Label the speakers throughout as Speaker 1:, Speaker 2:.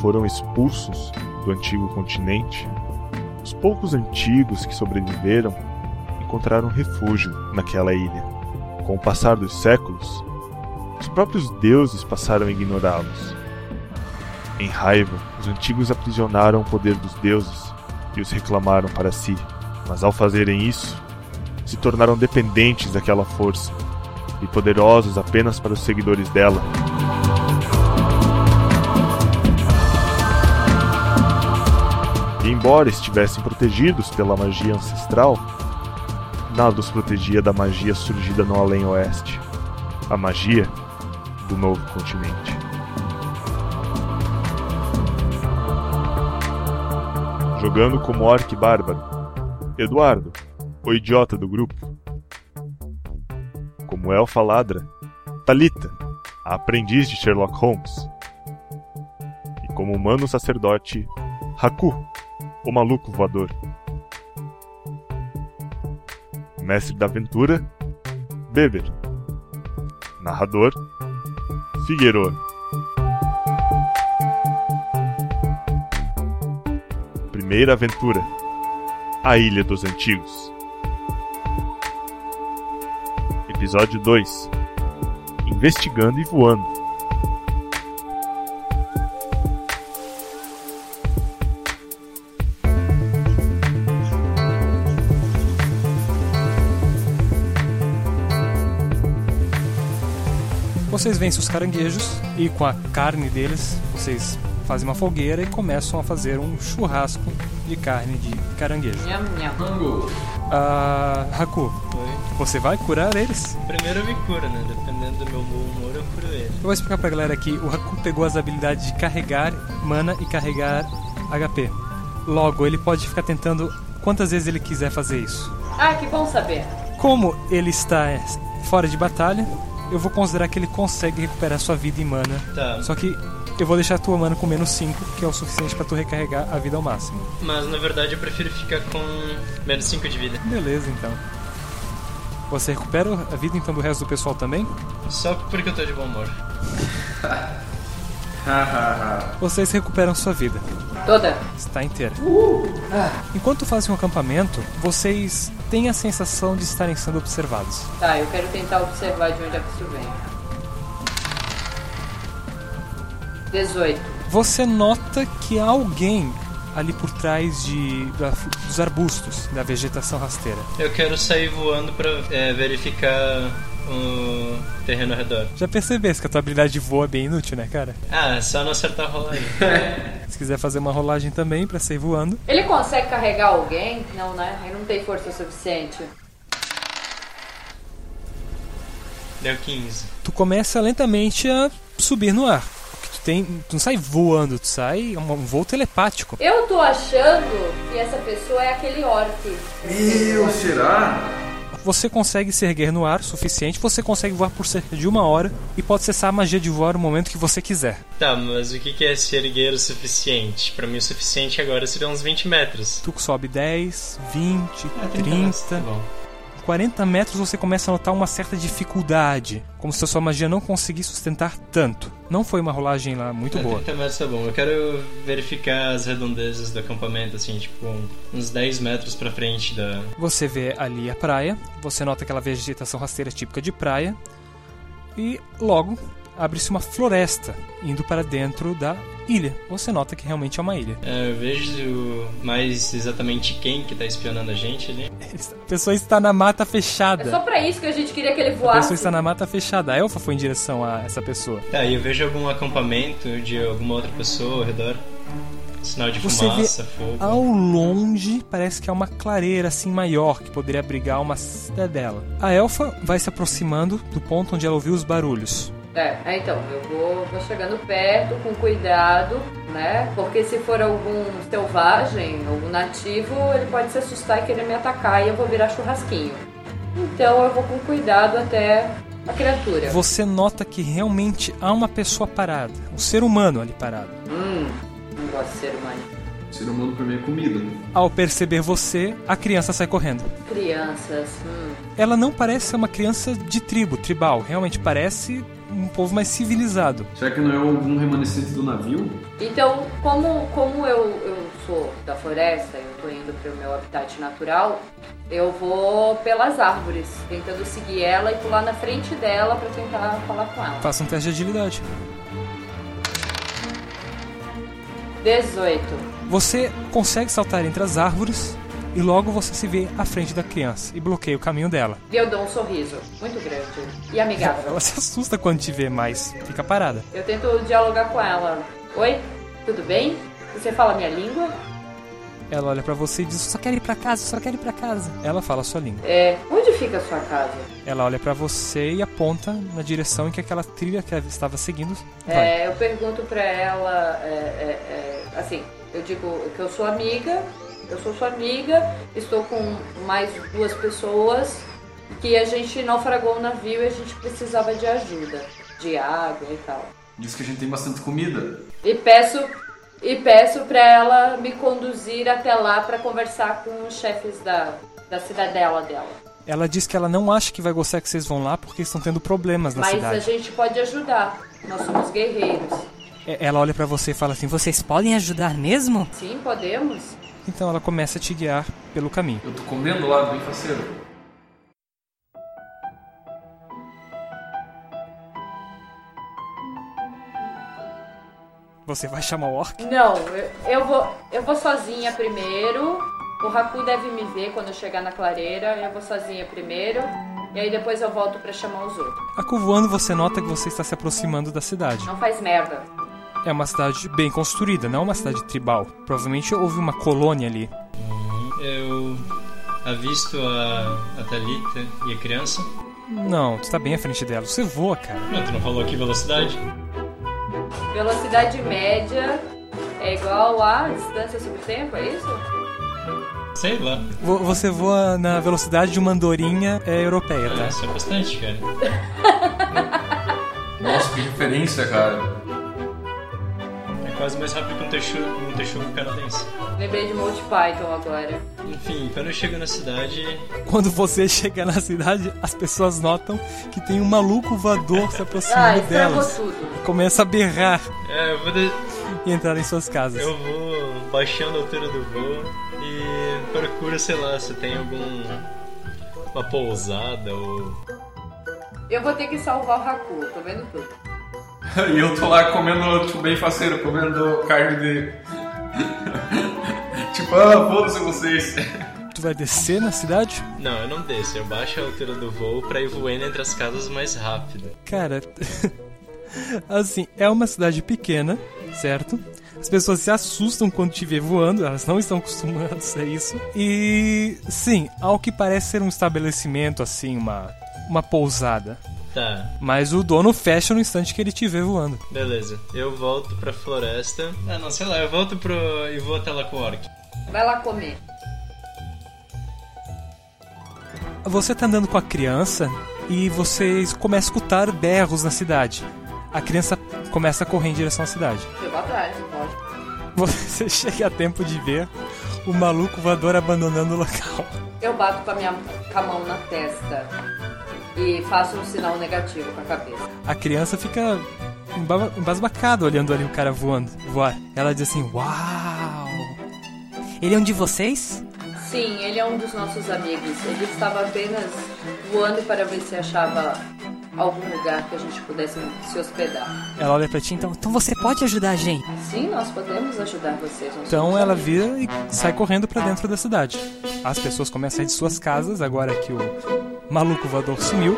Speaker 1: foram expulsos do antigo continente, os poucos antigos que sobreviveram encontraram refúgio naquela ilha. Com o passar dos séculos, os próprios deuses passaram a ignorá-los. Em raiva, os antigos aprisionaram o poder dos deuses e os reclamaram para si, mas ao fazerem isso, se tornaram dependentes daquela força e poderosos apenas para os seguidores dela. E embora estivessem protegidos pela magia ancestral, nada os protegia da magia surgida no além-oeste a magia do novo continente. Jogando como orc bárbaro, Eduardo, o idiota do grupo. Como elfa ladra, Talita, a aprendiz de Sherlock Holmes. E como humano sacerdote, Haku, o maluco voador. Mestre da aventura, Beber. Narrador Figueiro. Primeira aventura: A Ilha dos Antigos. Episódio 2: Investigando e voando.
Speaker 2: vocês vencem os caranguejos e com a carne deles vocês fazem uma fogueira e começam a fazer um churrasco de carne de caranguejo.
Speaker 3: Nham, nham.
Speaker 2: Ah, Haku, você vai curar eles?
Speaker 4: Primeiro eu me curo, né? Dependendo do meu bom humor, eu curo ele.
Speaker 2: Eu vou explicar pra galera aqui: o Haku pegou as habilidades de carregar mana e carregar HP. Logo, ele pode ficar tentando quantas vezes ele quiser fazer isso.
Speaker 3: Ah, que bom saber.
Speaker 2: Como ele está é, fora de batalha, eu vou considerar que ele consegue recuperar sua vida em mana.
Speaker 4: Tá,
Speaker 2: Só que eu vou deixar a tua mana com menos 5, que é o suficiente pra tu recarregar a vida ao máximo.
Speaker 4: mas na verdade eu prefiro ficar com menos 5 de vida.
Speaker 2: Beleza, então. Você recupera a vida então do resto do pessoal também?
Speaker 4: Só porque eu tô de bom humor.
Speaker 2: Vocês recuperam sua vida.
Speaker 3: Toda.
Speaker 2: Está inteira. Enquanto fazem um acampamento, vocês têm a sensação de estarem sendo observados.
Speaker 3: Tá, eu quero tentar observar de onde é que isso vem. 18.
Speaker 2: Você nota que há alguém ali por trás de, da- dos arbustos, da vegetação rasteira.
Speaker 4: Eu quero sair voando pra é, verificar o terreno ao redor.
Speaker 2: Já percebesse que a tua habilidade de voo é bem inútil, né, cara?
Speaker 4: Ah, é só não acertar a rola aí.
Speaker 2: Se quiser fazer uma rolagem também pra sair voando.
Speaker 3: Ele consegue carregar alguém? Não, né? Ele não tem força suficiente.
Speaker 4: Deu 15.
Speaker 2: tu começa lentamente a subir no ar. Porque tu tem, tu não sai voando, tu sai é um um voo telepático.
Speaker 3: Eu tô achando que essa pessoa é aquele orc.
Speaker 5: Meu, será?
Speaker 2: Você consegue se erguer no ar o suficiente, você consegue voar por cerca de uma hora e pode cessar a magia de voar no momento que você quiser.
Speaker 4: Tá, mas o que que é se erguer o suficiente? Pra mim o suficiente agora seria uns 20 metros.
Speaker 2: Tu sobe 10, 20,
Speaker 4: Ah,
Speaker 2: 30,
Speaker 4: Tá bom.
Speaker 2: 40 metros você começa a notar uma certa dificuldade, como se a sua magia não conseguisse sustentar tanto. Não foi uma rolagem lá muito
Speaker 4: Ah,
Speaker 2: boa.
Speaker 4: 30 metros tá bom. Eu quero verificar as redondezas do acampamento, assim, tipo, uns 10 metros pra frente da.
Speaker 2: Você vê ali a praia, você nota aquela vegetação rasteira típica de praia, e logo abre-se uma floresta indo para dentro da ilha. Você nota que realmente é uma ilha.
Speaker 4: É, eu vejo mais exatamente quem que tá espionando a gente ali.
Speaker 2: A pessoa está na mata
Speaker 3: É só
Speaker 2: fechada.
Speaker 3: pra isso que a gente queria que ele
Speaker 2: A pessoa
Speaker 3: voasse.
Speaker 2: está na mata fechada. A elfa foi em direção a essa pessoa.
Speaker 4: Tá, e eu vejo algum acampamento de alguma outra pessoa ao redor. Sinal de
Speaker 2: Você vê
Speaker 4: fumaça, fogo.
Speaker 2: Ao longe, parece que há uma clareira assim maior que poderia abrigar uma cidadela. A elfa vai se aproximando do ponto onde ela ouviu os barulhos.
Speaker 3: É, é, então, eu vou, vou chegando perto, com cuidado, né? Porque se for algum selvagem, algum nativo, ele pode se assustar e querer me atacar e eu vou virar churrasquinho. Então eu vou com cuidado até a criatura.
Speaker 2: Você nota que realmente há uma pessoa parada, um ser humano ali parado.
Speaker 3: Hum, não gosto de ser humano.
Speaker 5: Ser humano pra mim é comida.
Speaker 2: Ao perceber você, a criança sai correndo.
Speaker 3: Crianças, hum.
Speaker 2: Ela não parece ser uma criança de tribo, tribal. Realmente parece um povo mais civilizado.
Speaker 5: Será que não é algum remanescente do navio?
Speaker 3: Então, como, como eu, eu sou da floresta, eu tô indo pro meu habitat natural, eu vou pelas árvores, tentando seguir ela e pular na frente dela pra tentar falar com ela.
Speaker 2: Faça um teste de agilidade.
Speaker 3: 18.
Speaker 2: Você consegue saltar entre as árvores e logo você se vê à frente da criança e bloqueia o caminho dela.
Speaker 3: E eu dou um sorriso muito grande e amigável.
Speaker 2: Ela se assusta quando te vê, mas fica parada.
Speaker 3: Eu tento dialogar com ela. Oi, tudo bem? Você fala minha língua?
Speaker 2: Ela olha pra você e diz: "Só quero ir pra casa, só quero ir pra casa". Ela fala a sua língua.
Speaker 3: É, onde fica a sua casa?
Speaker 2: Ela olha pra você e aponta na direção em que aquela trilha que ela estava seguindo vai.
Speaker 3: É, eu pergunto pra ela, é, é, é, assim, eu digo que eu sou amiga, eu sou sua amiga, estou com mais duas pessoas que a gente naufragou o navio e a gente precisava de ajuda, de água e tal.
Speaker 5: Diz que a gente tem bastante comida.
Speaker 3: E peço e peço para ela me conduzir até lá para conversar com os chefes da, da cidadela dela.
Speaker 2: Ela diz que ela não acha que vai gostar que vocês vão lá porque estão tendo problemas na
Speaker 3: Mas a
Speaker 2: cidade.
Speaker 3: gente pode ajudar. Nós somos guerreiros.
Speaker 2: É, Ela olha pra você e fala assim: "Vocês podem ajudar mesmo?"
Speaker 3: Sim, podemos?
Speaker 2: Então ela começa a te guiar pelo caminho.
Speaker 5: Eu tô comendo lá, bem faceiro.
Speaker 2: Você vai chamar o orc?
Speaker 3: Não, eu, eu vou eu vou sozinha primeiro. O Raku deve me ver quando eu chegar na clareira. Eu vou sozinha primeiro. E aí depois eu volto pra chamar os outros.
Speaker 2: Acovoando, você nota que você está se aproximando da cidade.
Speaker 3: Não faz merda.
Speaker 2: É uma cidade bem construída, não é uma cidade tribal. Provavelmente houve uma colônia ali.
Speaker 4: Eu avisto a, a Thalita e a criança.
Speaker 2: Não, tu tá bem à frente dela. Você voa, cara.
Speaker 4: Não, tu não falou aqui velocidade?
Speaker 3: Velocidade média é igual a distância sobre o tempo, é isso?
Speaker 4: Sei lá.
Speaker 2: Vo- Você voa na velocidade de uma andorinha é, europeia,
Speaker 4: Ah,
Speaker 2: tá?
Speaker 4: isso é bastante, cara.
Speaker 5: Nossa, que referência, cara.
Speaker 4: É quase mais rápido que um texugo, um texugo canadense.
Speaker 3: Lembrei de Monty Python agora.
Speaker 4: Enfim, quando eu chego na cidade,
Speaker 2: Quando você chega na cidade, as pessoas notam que tem um maluco voador se
Speaker 3: Ah,
Speaker 2: aproximando
Speaker 3: estragou
Speaker 2: delas.
Speaker 3: tudo.
Speaker 2: Começa a berrar
Speaker 4: é, eu vou, de-
Speaker 2: e entrar em suas casas.
Speaker 4: eu vou baixando a altura do voo e procuro, sei lá, se tem algum. uma pousada ou.
Speaker 3: Eu vou ter que salvar o Raku, tô vendo tudo.
Speaker 5: E eu tô lá comendo, tipo, bem faceiro, comendo carne de. tipo, ah, foda-se vocês.
Speaker 2: Tu vai descer na cidade?
Speaker 4: Não, eu não desço, eu baixo a altura do voo pra ir voando entre as casas mais rápido.
Speaker 2: Cara, assim, é uma cidade pequena, certo? As pessoas se assustam quando te vê voando, elas não estão acostumadas a isso. E sim, ao que parece ser um estabelecimento assim, uma uma pousada,
Speaker 4: Tá,
Speaker 2: mas o dono fecha no instante que ele te vê voando.
Speaker 4: Beleza, eu volto pra floresta. Ah, não, sei lá, eu volto pro. e vou até lá com o Orc.
Speaker 3: Vai lá comer.
Speaker 2: Você tá andando com a criança e vocês começam a escutar berros na cidade. A criança começa a correr em direção à cidade.
Speaker 3: Chegou atrás, pode.
Speaker 2: Você chega a tempo de ver o maluco voador abandonando o local.
Speaker 3: Eu bato com a minha com a mão na testa e faço um sinal negativo com a cabeça.
Speaker 2: A criança fica emba- embasbacada olhando ali o cara voando, voar. Ela diz assim: Uau! Ele é um de vocês?
Speaker 3: Sim, ele é um dos nossos amigos. Ele estava apenas voando para ver se achava algum lugar que a gente pudesse se hospedar.
Speaker 2: Ela olha pra ti, então, então você pode ajudar a gente.
Speaker 3: Sim, nós podemos ajudar vocês. nós
Speaker 2: Então
Speaker 3: somos
Speaker 2: ela
Speaker 3: amigos.
Speaker 2: vira e sai correndo pra dentro da cidade. As pessoas começam a ir de suas casas agora que o maluco voador sumiu.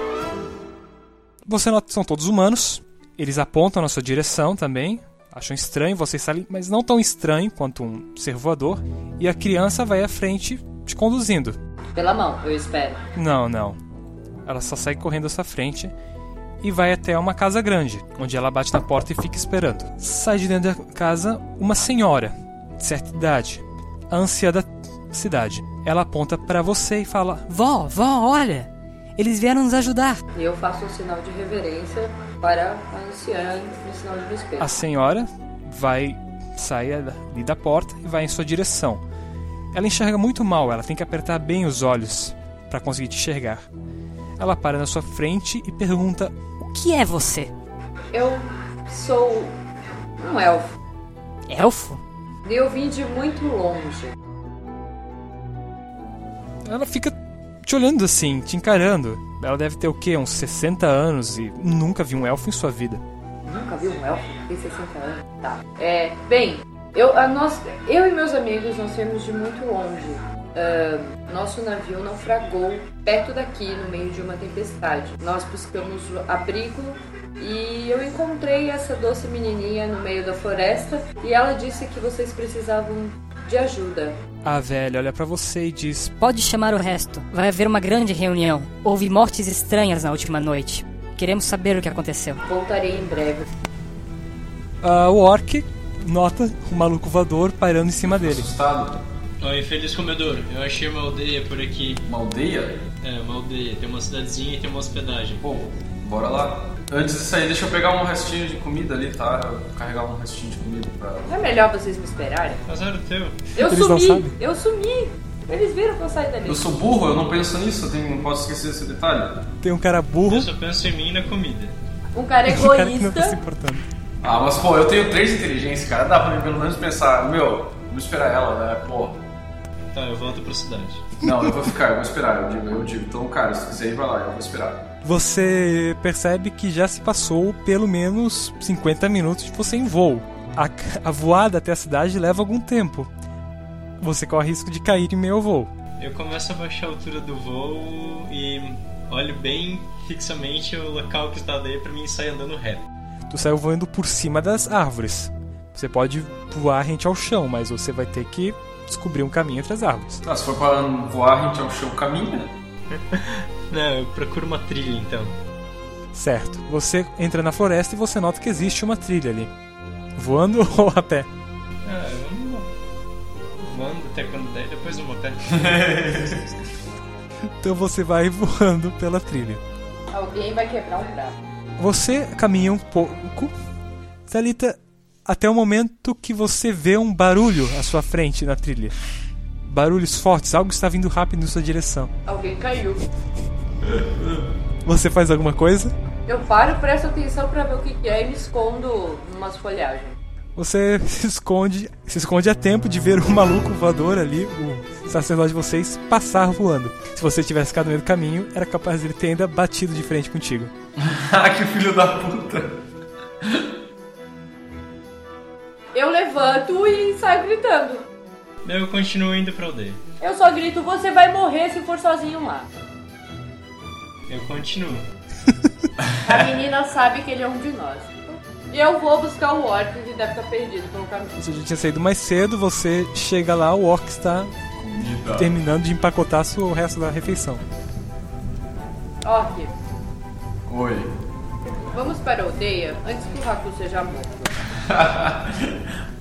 Speaker 2: Você nota que são todos humanos. Eles apontam na sua direção também. Acham estranho, vocês sabem, mas não tão estranho quanto um ser voador. E a criança vai à frente te conduzindo.
Speaker 3: Pela mão, eu espero.
Speaker 2: Não, não. Ela só segue correndo à sua frente e vai até uma casa grande, onde ela bate na porta e fica esperando. Sai de dentro da casa uma senhora, de certa idade, ânsia da cidade. Ela aponta pra você e fala: Vó, vó, olha! Eles vieram nos ajudar!
Speaker 3: E eu faço um sinal de reverência para a anciã, um sinal de respeito.
Speaker 2: A senhora vai sair ali da porta e vai em sua direção. Ela enxerga muito mal, ela tem que apertar bem os olhos para conseguir te enxergar. Ela para na sua frente e pergunta:
Speaker 6: O que é você?
Speaker 3: eu sou um elfo.
Speaker 6: Elfo?
Speaker 3: E eu vim de muito longe.
Speaker 2: Ela fica te olhando assim, te encarando. Ela deve ter o quê? Uns 60 anos e nunca viu um elfo em sua vida.
Speaker 3: Nunca vi um elfo, tem 60 anos. Tá. É, bem, eu, a nós, eu e meus amigos nós viemos de muito longe. Ahn, nosso navio naufragou perto daqui, no meio de uma tempestade. Nós buscamos abrigo e eu encontrei essa doce menininha no meio da floresta e ela disse que vocês precisavam de ajuda.
Speaker 2: A velha olha pra você e diz:
Speaker 6: Pode chamar o resto. Vai haver uma grande reunião. Houve mortes estranhas na última noite. Queremos saber o que aconteceu.
Speaker 3: Voltarei em breve.
Speaker 2: ah, O orc nota o maluco voador pairando em cima dele.
Speaker 5: Assustado.
Speaker 4: Ó, infeliz comedor, eu achei uma aldeia por aqui.
Speaker 5: Uma aldeia?
Speaker 4: É, uma aldeia. Tem uma cidadezinha e tem uma hospedagem.
Speaker 5: Pô, bora lá. Antes de sair, deixa eu pegar um restinho de comida ali, tá? Eu vou carregar um restinho de comida pra.
Speaker 3: É melhor vocês me esperarem.
Speaker 4: Mas era o teu.
Speaker 3: Eu
Speaker 2: Eles não sabem.
Speaker 3: sumi! Eu sumi! Eles viram que eu saí dali.
Speaker 5: Eu sou burro, eu não penso nisso, eu tenho- não posso esquecer esse detalhe.
Speaker 2: Tem um cara burro
Speaker 4: Eu só penso em mim e na comida.
Speaker 3: Um cara
Speaker 2: e um cara que não tá se
Speaker 3: egoísta.
Speaker 2: importando.
Speaker 5: Ah, mas pô, eu tenho três inteligências, cara. Dá pra mim pelo menos pensar, meu, vou esperar ela, né? Pô.
Speaker 4: Tá, eu volto pra cidade.
Speaker 5: Não, eu vou ficar, eu vou esperar, eu digo, eu digo. Então, cara, se quiser ir, vai lá, eu vou esperar.
Speaker 2: Você percebe que já se passou pelo menos 50 minutos de você em voo. A, ca- a voada até a cidade leva algum tempo. Você corre risco de cair em meio ao voo.
Speaker 4: Eu começo a baixar a altura do voo e olho bem fixamente o local que está daí pra mim sair andando reto.
Speaker 2: Tu saiu voando por cima das árvores. Você pode voar rente ao chão, mas você vai ter que descobrir um caminho entre as árvores.
Speaker 5: Ah, se for pra voar, a gente é um show caminho, né?
Speaker 4: Não, eu procuro uma trilha então.
Speaker 2: Certo. Você entra na floresta e você nota que existe uma trilha ali. Voando ou a pé?
Speaker 4: Ah, vamos voando até quando der, depois eu vou até.
Speaker 2: Então você vai voando pela trilha.
Speaker 3: Alguém vai quebrar um braço.
Speaker 2: Você caminha um pouco, Thalita, até o momento que você vê um barulho à sua frente na trilha. Barulhos fortes, algo está vindo rápido em sua direção.
Speaker 3: Alguém caiu.
Speaker 2: Você faz alguma coisa?
Speaker 3: Eu paro, presto atenção pra ver o que, que é e me escondo numas folhagens.
Speaker 2: Você se esconde, se esconde a tempo de ver o maluco voador ali, o sacerdote de vocês, passar voando. Se você tivesse ficado no meio do caminho, era capaz dele ter ainda batido de frente contigo.
Speaker 5: Ah, que filho da puta.
Speaker 3: Eu levanto e saio gritando.
Speaker 4: Daí eu continuo indo pra aldeia.
Speaker 3: Eu só grito, você vai morrer se for sozinho lá.
Speaker 4: Eu continuo.
Speaker 3: A menina sabe que ele é um de nós. E eu vou buscar o orc que deve estar perdido pelo caminho.
Speaker 2: Você já tinha saído mais cedo, você chega lá, o orc está
Speaker 5: Comida.
Speaker 2: terminando de empacotar o resto da refeição.
Speaker 3: Orc,
Speaker 5: Oi.
Speaker 3: vamos para a aldeia antes que o Raku seja morto.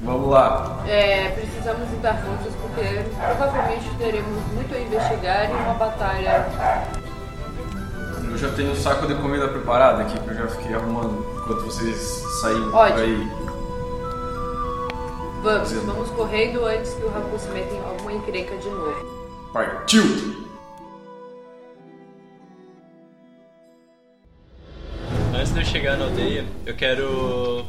Speaker 5: Vamos lá.
Speaker 3: É, precisamos juntar forças porque provavelmente teremos muito a investigar e uma batalha
Speaker 5: Eu já tenho um saco de comida preparado aqui que eu já fiquei arrumando enquanto vocês saíram por
Speaker 3: Ótimo.
Speaker 5: aí.
Speaker 3: Vamos, vamos correndo antes que o Raku se meta em alguma encrenca de novo.
Speaker 5: Partiu!
Speaker 4: Antes de eu chegar na aldeia, eu quero.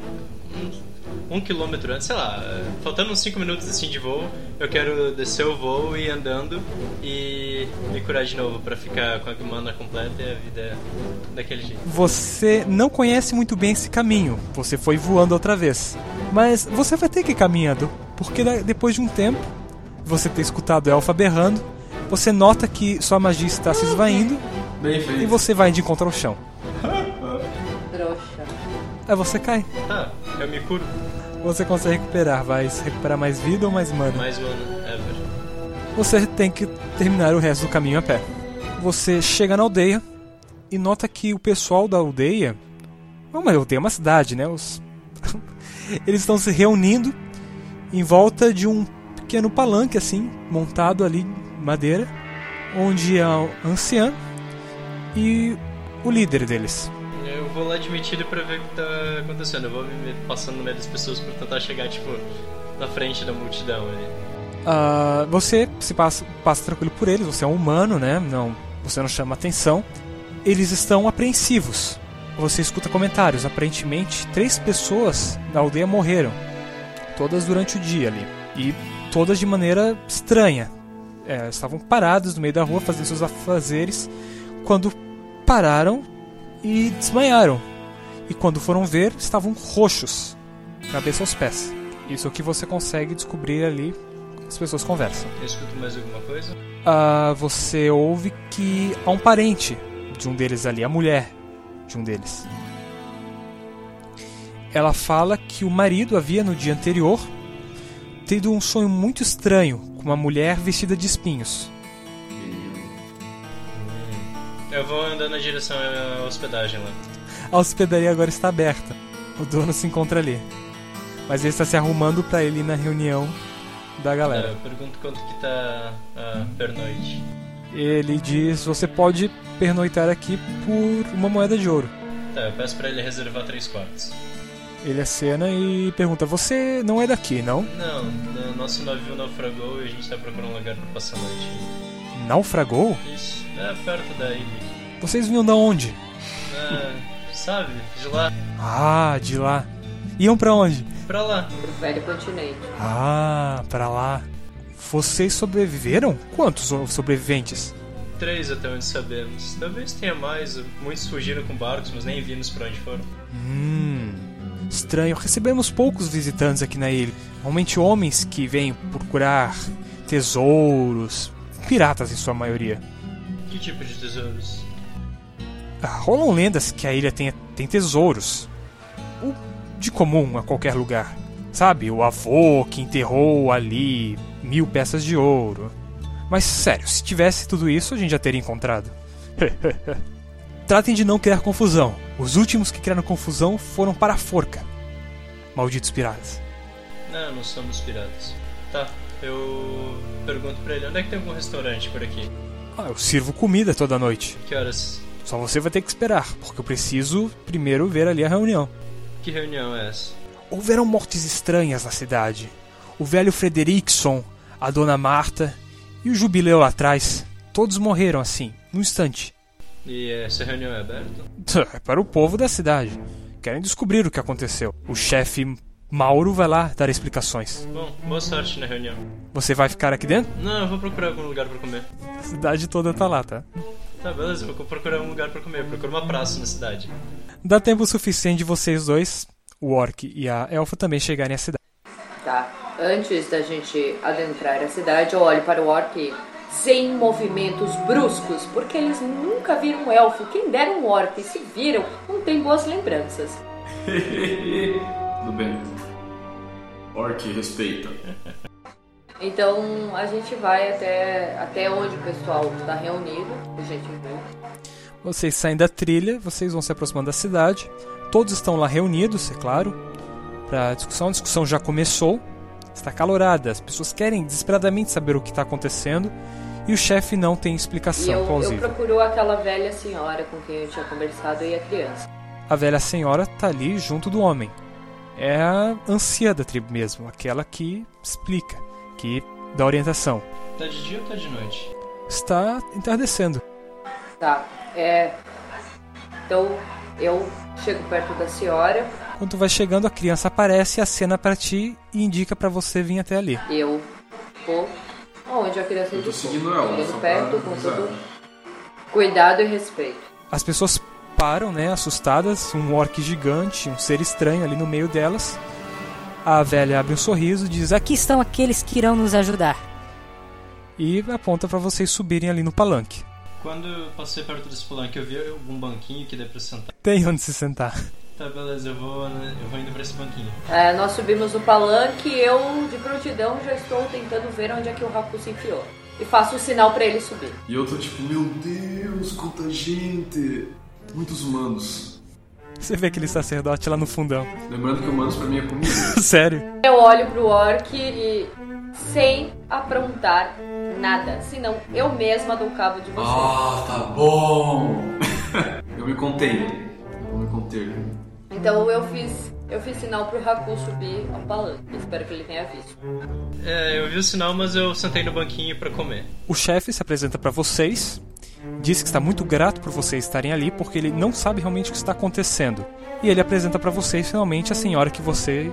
Speaker 4: um- Um quilômetro antes, sei lá, faltando uns 5 minutos assim de voo, eu quero descer o voo e ir andando e me curar de novo pra ficar com a mana completa e a vida daquele jeito.
Speaker 2: Você não conhece muito bem esse caminho, você foi voando outra vez. Mas você vai ter que ir caminhando, porque da- depois de um tempo, você ter escutado a elfa berrando, você nota que sua magia está se esvaindo
Speaker 5: Bem
Speaker 2: e
Speaker 5: feito.
Speaker 2: você vai de encontro ao chão.
Speaker 3: Trouxa.
Speaker 2: Aí você cai.
Speaker 4: Tá, eu me curo.
Speaker 2: Você consegue recuperar, vai se recuperar mais vida ou mais mana.
Speaker 4: Mais mana ever.
Speaker 2: Você tem que terminar o resto do caminho a pé. Você chega na aldeia e nota que o pessoal da aldeia. Não, mas aldeia é uma cidade, né? Os... Eles estão se reunindo em volta de um pequeno palanque, assim, montado ali em madeira, onde há o anciã e o líder deles.
Speaker 4: Eu vou lá de metido pra ver o que tá acontecendo. Eu vou me me passando no meio das pessoas pra tentar chegar, tipo, na frente da multidão ali.
Speaker 2: Ah, você se passa, passa tranquilo por eles, você é um humano, né? Não, você não chama atenção. Eles estão apreensivos. Você escuta comentários. Aparentemente, três pessoas da aldeia morreram. Todas durante o dia ali. E todas de maneira estranha. É, estavam paradas no meio da rua fazendo seus afazeres. Quando pararam e desmanharam. E quando foram ver, estavam roxos. Cabeça aos pés. Isso é o que você consegue descobrir ali. As pessoas conversam.
Speaker 4: Eu escuto mais alguma coisa?
Speaker 2: Ah, você ouve que há um parente de um deles ali, a mulher de um deles. Ela fala que o marido havia no dia anterior tido um sonho muito estranho com uma mulher vestida de espinhos.
Speaker 4: Eu vou andando na direção à hospedagem lá.
Speaker 2: A hospedaria agora está aberta. O dono se encontra ali. Mas ele está se arrumando para ele ir na reunião da
Speaker 4: É,
Speaker 2: galera.
Speaker 4: eu pergunto quanto que tá a pernoite.
Speaker 2: Ele diz: Você pode pernoitar aqui por uma moeda de ouro.
Speaker 4: Tá, eu peço pra ele reservar três quartos.
Speaker 2: Ele acena e pergunta: Você não é daqui, não?
Speaker 4: Não, no- nosso navio naufragou e a gente tá procurando um lugar pra passar a noite.
Speaker 2: Naufragou?
Speaker 4: Isso, é perto da ilha.
Speaker 2: Vocês vinham da onde?
Speaker 4: É, sabe, de lá
Speaker 2: Ah, de lá. Iam pra onde?
Speaker 4: pra lá.
Speaker 3: pro velho continente.
Speaker 2: Ah, pra lá. Vocês sobreviveram? Quantos so- sobreviventes?
Speaker 4: Três até onde sabemos. Talvez tenha mais, muitos fugiram com barcos, mas nem vimos pra onde foram.
Speaker 2: Hum. Estranho, recebemos poucos visitantes aqui na ilha. Normalmente homens que vêm procurar tesouros. Piratas em sua maioria.
Speaker 4: Que tipo de tesouros?
Speaker 2: Ah, rolam lendas que a ilha tem, tem tesouros. O de comum a qualquer lugar. Sabe, o avô que enterrou ali mil peças de ouro. Mas sério, se tivesse tudo isso, a gente já teria encontrado. Tratem de não criar confusão. Os últimos que criaram confusão foram para a forca. Malditos piratas.
Speaker 4: Não, não somos piratas. Tá, eu pergunto pra ele, onde é que tem algum restaurante por aqui?
Speaker 2: Ah, eu sirvo comida toda noite.
Speaker 4: Que horas?
Speaker 2: Só você vai ter que esperar, porque eu preciso primeiro ver ali a reunião.
Speaker 4: Que reunião é essa?
Speaker 2: Houveram mortes estranhas na cidade. O velho Frederickson, a dona Marta e o jubileu lá atrás. Todos morreram assim, num instante.
Speaker 4: E essa reunião é aberta?
Speaker 2: Tch, É para o povo da cidade. Querem descobrir o que aconteceu. O chefe Mauro vai lá dar explicações.
Speaker 4: Bom, boa sorte na reunião.
Speaker 2: Você vai ficar aqui dentro?
Speaker 4: Não, eu vou procurar algum lugar pra comer.
Speaker 2: A cidade toda tá lá, tá?
Speaker 4: Tá, beleza, vou procurar um lugar pra comer. Eu procuro uma praça na cidade.
Speaker 2: Dá tempo suficiente de vocês dois, o Orc e a Elfa, também chegarem à cidade.
Speaker 3: Tá. Antes da gente adentrar a cidade, eu olho para o orc sem movimentos bruscos, porque eles nunca viram um elfo. Quem dera um orc, se viram, não tem boas lembranças.
Speaker 5: Tudo bem. Orc respeita.
Speaker 3: Então a gente vai até, até onde o pessoal está reunido. A gente né? vê.
Speaker 2: Vocês saem da trilha, vocês vão se aproximando da cidade. Todos estão lá reunidos, é claro, para discussão. A discussão já começou, está calorada. As pessoas querem desesperadamente saber o que está acontecendo e o chefe não tem
Speaker 3: E
Speaker 2: explicação
Speaker 3: eu, eu
Speaker 2: plausível.
Speaker 3: procuro aquela velha senhora com quem eu tinha conversado e a criança.
Speaker 2: A velha senhora tá ali junto do homem. É a anciã da tribo mesmo, aquela que explica, que dá orientação.
Speaker 4: Tá de dia ou tá de noite?
Speaker 2: Está entardecendo.
Speaker 3: Tá. É. Então eu chego perto da senhora,
Speaker 2: Quando tu vai chegando, a criança aparece, acena para ti e indica para você vir até ali.
Speaker 3: eu vou. Onde a criança
Speaker 5: Eu tô
Speaker 3: indicou.
Speaker 5: seguindo ela.
Speaker 3: Chego
Speaker 5: só pra
Speaker 3: perto com
Speaker 5: avisar.
Speaker 3: todo Cuidado e respeito.
Speaker 2: As pessoas param, né, assustadas, um orc gigante, um ser estranho ali no meio delas. A velha abre um sorriso, diz aqui
Speaker 6: Aqui estão aqueles que irão nos ajudar.
Speaker 2: e aponta pra vocês subirem ali no palanque.
Speaker 4: Quando eu passei perto desse palanque, eu vi algum banquinho que dá pra sentar.
Speaker 2: Tem onde se sentar.
Speaker 4: Tá, beleza, eu vou, né, eu vou indo pra esse banquinho.
Speaker 3: É, nós subimos no palanque e eu, de prontidão, já estou tentando ver onde é que o Raku se enfiou. E faço o sinal pra ele subir.
Speaker 5: E eu tô tipo, meu Deus, quanta gente! Muitos humanos.
Speaker 2: Você vê aquele sacerdote lá no fundão.
Speaker 5: Lembrando que humanos pra mim é comida.
Speaker 2: Sério.
Speaker 3: Eu olho pro orc e. sem aprontar nada. Senão eu mesma dou cabo de você.
Speaker 5: ah, tá bom! eu me contenho. Eu vou me conter.
Speaker 3: Então eu fiz. Eu fiz sinal pro Raku subir ao palanque. Espero que ele tenha visto.
Speaker 4: É, eu vi o sinal, mas eu sentei no banquinho pra comer.
Speaker 2: O chefe se apresenta pra vocês Diz que está muito grato por vocês estarem ali porque ele não sabe realmente o que está acontecendo. E ele apresenta para vocês finalmente a senhora que você,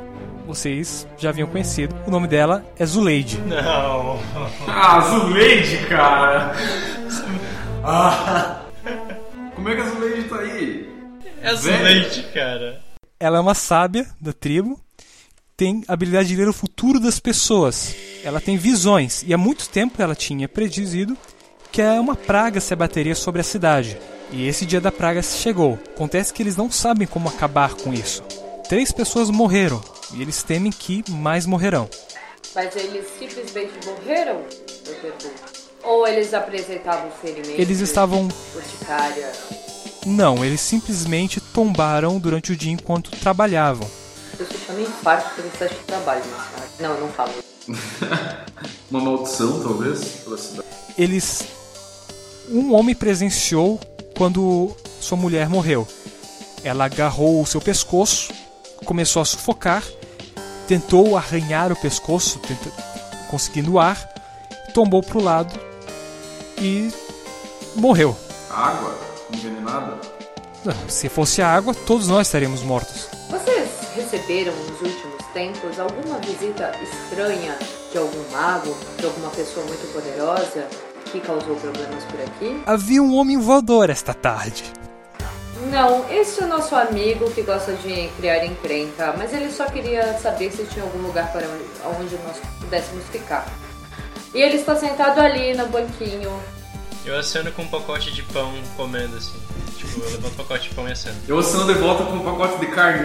Speaker 2: vocês já haviam conhecido. O nome dela é Zuleide.
Speaker 4: Não.
Speaker 5: Ah, Zuleide, cara! Ah. Como é que a Zuleide tá aí?
Speaker 4: É azuleite, cara.
Speaker 2: Ela é uma sábia da tribo, tem habilidade de ler o futuro das pessoas. Ela tem visões e há muito tempo ela tinha predizido que é uma praga se abateria sobre a cidade. E esse dia da praga chegou. Acontece que eles não sabem como acabar com isso. Três pessoas morreram e eles temem que mais morrerão.
Speaker 3: Mas eles simplesmente morreram? Eu pergunto. Ou eles apresentavam ferimentos?
Speaker 2: Eles estavam
Speaker 3: Urticária.
Speaker 2: não, eles simplesmente tombaram durante o dia enquanto trabalhavam.
Speaker 3: Isso chama infarto pelo excesso de trabalho, mas cara. Não, não falo.
Speaker 5: Uma maldição, talvez, pela cidade.
Speaker 2: eles um homem presenciou quando sua mulher morreu. Ela agarrou o seu pescoço, começou a sufocar, tentou arranhar o pescoço, tenta- conseguindo ar, tombou pro lado e morreu.
Speaker 5: Água? Envenenada?
Speaker 2: Se fosse a água, todos nós estaríamos mortos.
Speaker 3: Vocês receberam nos últimos tempos alguma visita estranha de algum mago, de alguma pessoa muito poderosa que causou problemas por aqui?
Speaker 2: Havia um homem voador esta tarde.
Speaker 3: Não, esse é o nosso amigo que gosta de criar encrenca, mas ele só queria saber se tinha algum lugar para onde nós pudéssemos ficar. E ele está sentado ali no banquinho.
Speaker 4: Eu aceno com um pacote de pão comendo assim. Tipo, eu levanto o pacote de pão e aceno.
Speaker 5: Eu assinando de volta com um pacote de carne.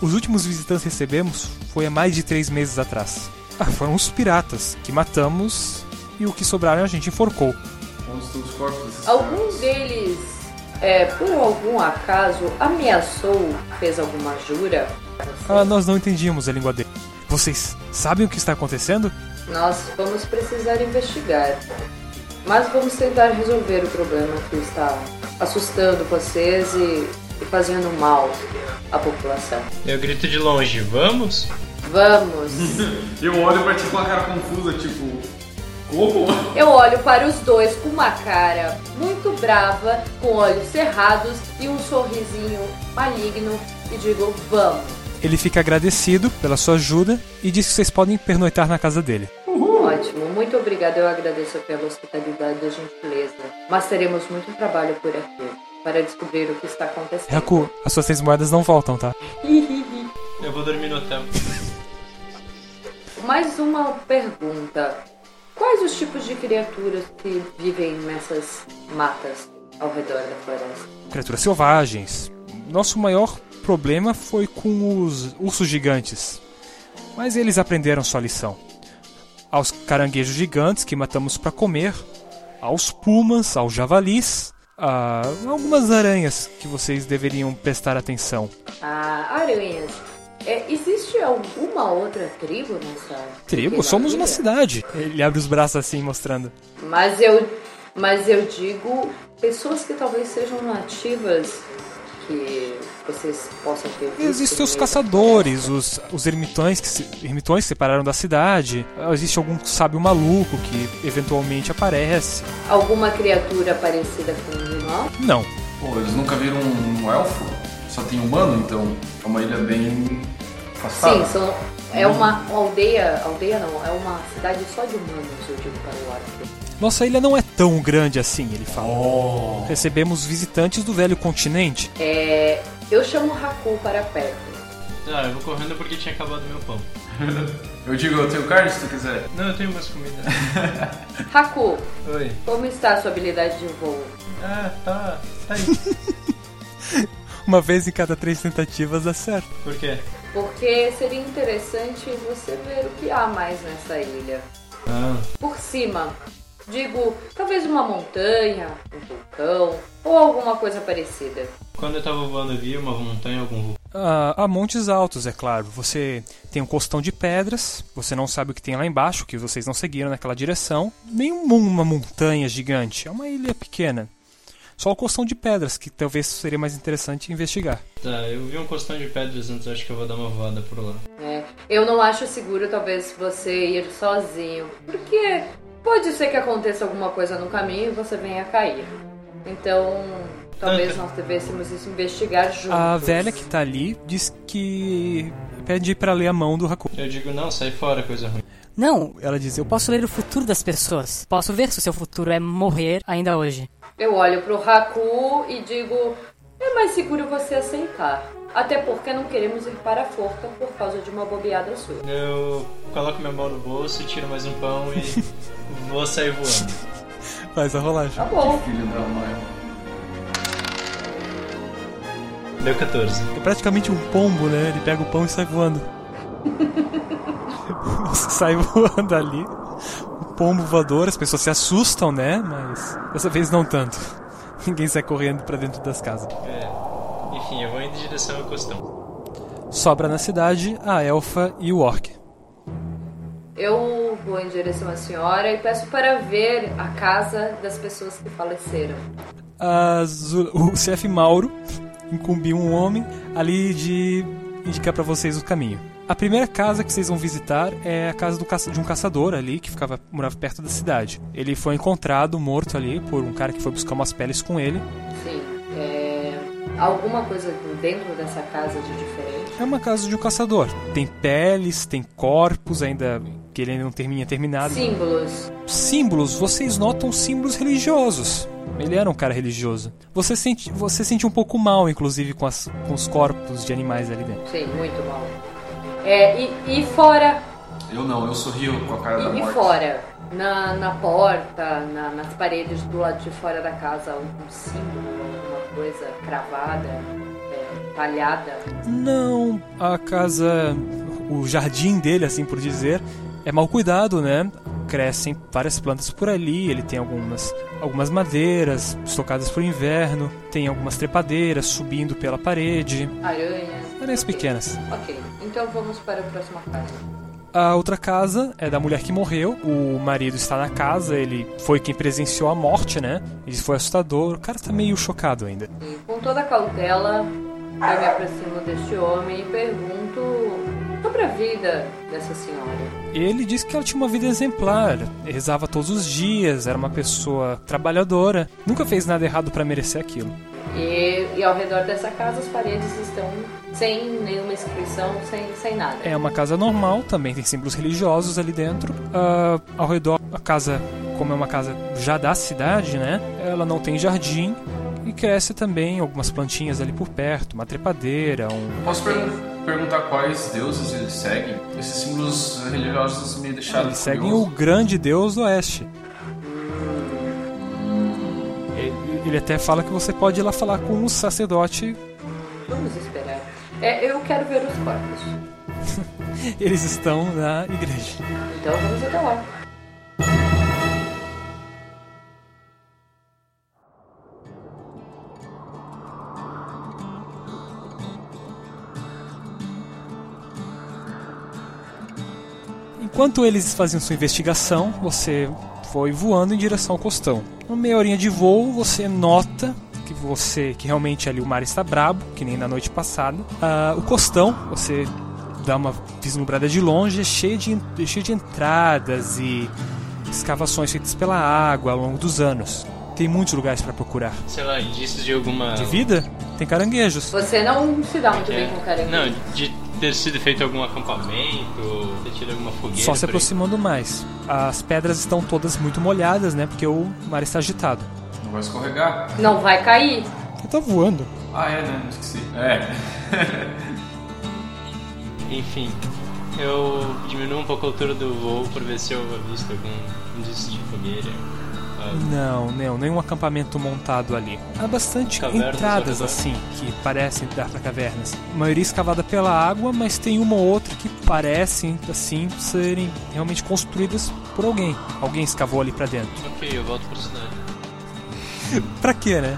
Speaker 2: Os últimos visitantes que recebemos foi há mais de três meses atrás. Ah, foram os piratas que matamos e o que sobraram a gente enforcou.
Speaker 5: Onde estão os corpos desses
Speaker 3: Algum
Speaker 5: caras?
Speaker 3: deles, é, por algum acaso, ameaçou, fez alguma jura?
Speaker 2: Ah, nós não entendíamos a língua dele. Vocês sabem o que está acontecendo?
Speaker 3: Nós vamos precisar investigar. Mas vamos tentar resolver o problema que está assustando vocês e, e fazendo mal à população.
Speaker 4: Eu grito de longe, vamos?
Speaker 3: Vamos!
Speaker 5: Eu olho pra ti com uma cara confusa, tipo... Como?
Speaker 3: Eu olho para os dois com uma cara muito brava, com olhos cerrados e um sorrisinho maligno e digo: Vamos!
Speaker 2: Ele fica agradecido pela sua ajuda e diz que vocês podem pernoitar na casa dele.
Speaker 3: Ótimo, muito obrigada. Eu agradeço pela hospitalidade e gentileza. Mas teremos muito trabalho por aqui para descobrir o que está acontecendo.
Speaker 2: Haku, as suas três moedas não voltam, tá?
Speaker 4: Eu vou dormir no hotel.
Speaker 3: Mais uma pergunta. Quais os tipos de criaturas que vivem nessas matas ao redor da floresta?
Speaker 2: Criaturas selvagens. Nosso maior problema foi com os ursos gigantes. Mas eles aprenderam sua lição. Aos caranguejos gigantes que matamos para comer, aos pumas, aos javalis, a algumas aranhas que vocês deveriam prestar atenção.
Speaker 3: Ah, aranhas. É, existe alguma outra tribo nessa
Speaker 2: Tribo,
Speaker 3: pequena
Speaker 2: somos uma
Speaker 3: ilha?
Speaker 2: cidade. Ele abre os braços assim, mostrando.
Speaker 3: Mas eu, mas eu digo pessoas que talvez sejam nativas que vocês possam ter visto.
Speaker 2: Existem os
Speaker 3: mesmo.
Speaker 2: caçadores, os, os ermitões que se, ermitões que separaram da cidade. Existe algum sábio maluco que eventualmente aparece.
Speaker 3: Alguma criatura parecida com um nós?
Speaker 2: Não.
Speaker 5: Pô, eles nunca viram um elfo? Só tem humano, então é uma ilha bem
Speaker 2: Ah.
Speaker 5: afastada.
Speaker 3: Sim, são, é uma aldeia, aldeia não, é uma cidade só de humanos, eu digo para o Arthur.
Speaker 2: Nossa ilha não é tão grande assim, ele fala.
Speaker 5: Oh.
Speaker 2: Recebemos visitantes do velho continente.
Speaker 3: É, eu chamo o Haku para perto.
Speaker 4: Ah, eu vou correndo porque tinha acabado meu pão.
Speaker 5: Eu digo, eu tenho carne se tu quiser.
Speaker 4: Não, eu tenho mais comida.
Speaker 3: Haku,
Speaker 4: Oi.
Speaker 3: como está a sua habilidade de voo?
Speaker 4: Ah, tá. Tá aí.
Speaker 2: Uma vez em cada três tentativas dá certo.
Speaker 4: Por quê?
Speaker 3: Porque seria interessante você ver o que há mais nessa ilha.
Speaker 4: Ah,
Speaker 3: Por cima, digo, talvez uma montanha, um vulcão ou alguma coisa parecida.
Speaker 4: Quando eu tava voando, eu vi uma montanha, algum vulcão.
Speaker 2: Ah, há montes altos, é claro. Você tem um costão de pedras, você não sabe o que tem lá embaixo, que vocês não seguiram naquela direção. Nem um uma montanha gigante, é uma ilha pequena. Só o costão de pedras, que talvez seria mais interessante investigar.
Speaker 4: Tá, eu vi um costão de pedras antes, acho que eu vou dar uma voada por lá.
Speaker 3: né? Eu não acho seguro talvez você ir sozinho, porque Pode ser que aconteça alguma coisa no caminho e você venha a cair. Então, talvez nós devêssemos isso investigar juntos.
Speaker 2: A velha que tá ali diz que pede pra ler a mão do Haku.
Speaker 4: Eu digo, não, sai fora, coisa ruim.
Speaker 6: Não, ela diz, eu posso ler o futuro das pessoas. Posso ver se o seu futuro é morrer ainda hoje.
Speaker 3: Eu olho pro Haku e digo: é mais seguro você aceitar. Até porque não queremos ir para a forca por causa de uma bobeada sua.
Speaker 4: Eu coloco minha mão no bolso, tiro mais um pão e vou sair voando.
Speaker 2: Faz a rolagem.
Speaker 3: Tá bom.
Speaker 5: Filho da mãe.
Speaker 4: Deu 14.
Speaker 2: É praticamente um pombo, né? Ele pega o pão e sai voando. sai voando ali. O pombo voador, as pessoas se assustam, né? Mas dessa vez não tanto. Ninguém sai correndo pra dentro das casas.
Speaker 4: É. Enfim, eu vou indo em direção ao costão.
Speaker 2: Sobra na cidade a elfa e o orc.
Speaker 3: Eu vou em direção à senhora e peço para ver a casa das pessoas que faleceram.
Speaker 2: As- o chefe Mauro incumbiu um homem ali de indicar pra vocês o caminho. A primeira casa que vocês vão visitar é a casa do caça- de um caçador ali que ficava morava perto da cidade. Ele foi encontrado morto ali por um cara que foi buscar umas peles com ele.
Speaker 3: Sim, é, alguma coisa dentro dessa casa de diferente.
Speaker 2: É uma casa de um caçador. Tem peles, tem corpos ainda que ele ainda não termina terminado.
Speaker 3: Símbolos.
Speaker 2: símbolos, vocês notam símbolos religiosos. Ele era um cara religioso. Você sente, você sente um pouco mal, inclusive, com, as- com os corpos de animais ali dentro.
Speaker 3: Sim, muito mal. É, e, e fora,
Speaker 5: Eu não, eu sorrio com a cara da
Speaker 3: e, e
Speaker 5: morte.
Speaker 3: fora, na, na porta, na- nas paredes do lado de fora da casa, algum símbolo, alguma coisa cravada, é, talhada.
Speaker 2: Não, a casa, o jardim dele, assim por dizer, é mal cuidado, né? Crescem várias plantas por ali, ele tem algumas, algumas madeiras estocadas pro inverno, tem algumas trepadeiras subindo pela parede,
Speaker 3: Aranha.
Speaker 2: aranhas
Speaker 3: Ok.
Speaker 2: pequenas.
Speaker 3: Ok, então vamos para a próxima casa.
Speaker 2: A outra casa é da mulher que morreu. O marido está na casa, ele foi quem presenciou a morte, né? Ele foi assustador. O cara tá meio chocado ainda.
Speaker 3: E com toda a cautela, eu me aproximo deste homem e pergunto sobre a vida dessa senhora.
Speaker 2: Ele disse que ela tinha uma vida exemplar, rezava todos os dias, era uma pessoa trabalhadora, nunca fez nada errado pra merecer aquilo.
Speaker 3: E, e ao redor dessa casa, as paredes estão sem nenhuma inscrição, sem, sem nada.
Speaker 2: É uma casa normal, também tem símbolos religiosos ali dentro. Ah, ao redor, a casa, como é uma casa já da cidade, né? Ela não tem jardim e cresce também algumas plantinhas ali por perto, uma trepadeira, um
Speaker 5: Posso pergun- perguntar quais deuses eles seguem? Esses símbolos religiosos assim, me deixaram
Speaker 2: Eles seguem o
Speaker 5: Ah, curioso.
Speaker 2: grande deus do oeste. Ele- Ele até fala que você pode ir lá falar com um sacerdote.
Speaker 3: Vamos esperar. É, eu quero ver os corpos.
Speaker 2: Eles estão na igreja.
Speaker 3: Então vamos até lá.
Speaker 2: Enquanto eles faziam sua investigação, você foi voando em direção ao costão. Uma meia horinha de voo, você nota que você que realmente ali o mar está brabo, que nem na noite passada. Ah, o costão, você dá uma vislumbrada de longe, é cheio de, é cheio de entradas e escavações feitas pela água ao longo dos anos. Tem muitos lugares para procurar.
Speaker 4: Sei lá, indícios de alguma.
Speaker 2: De vida, tem caranguejos.
Speaker 3: Você não se dá muito
Speaker 4: É,
Speaker 3: bem com o cara.
Speaker 4: Não, de ter sido feito algum acampamento, ter tido alguma fogueira.
Speaker 2: Só se
Speaker 4: por aí.
Speaker 2: aproximando mais. As pedras estão todas muito molhadas, né? Porque o mar está agitado.
Speaker 5: Não vai escorregar?
Speaker 3: não vai cair.
Speaker 2: Você tá voando.
Speaker 5: Ah, é, né? Esqueci. É.
Speaker 4: Enfim, eu diminuo um pouco a altura do voo pra ver se eu avisto algum indício de fogueira. Ah,
Speaker 2: Não, não, nenhum acampamento montado ali. Há bastante
Speaker 4: Cavernas,
Speaker 2: entradas
Speaker 4: né?
Speaker 2: assim que parecem dar para cavernas. A maioria escavada pela água, mas tem uma ou outra que parecem assim serem realmente construídas por alguém. Alguém escavou ali para dentro.
Speaker 4: ok, eu volto pra cidade.
Speaker 2: Pra quê, né?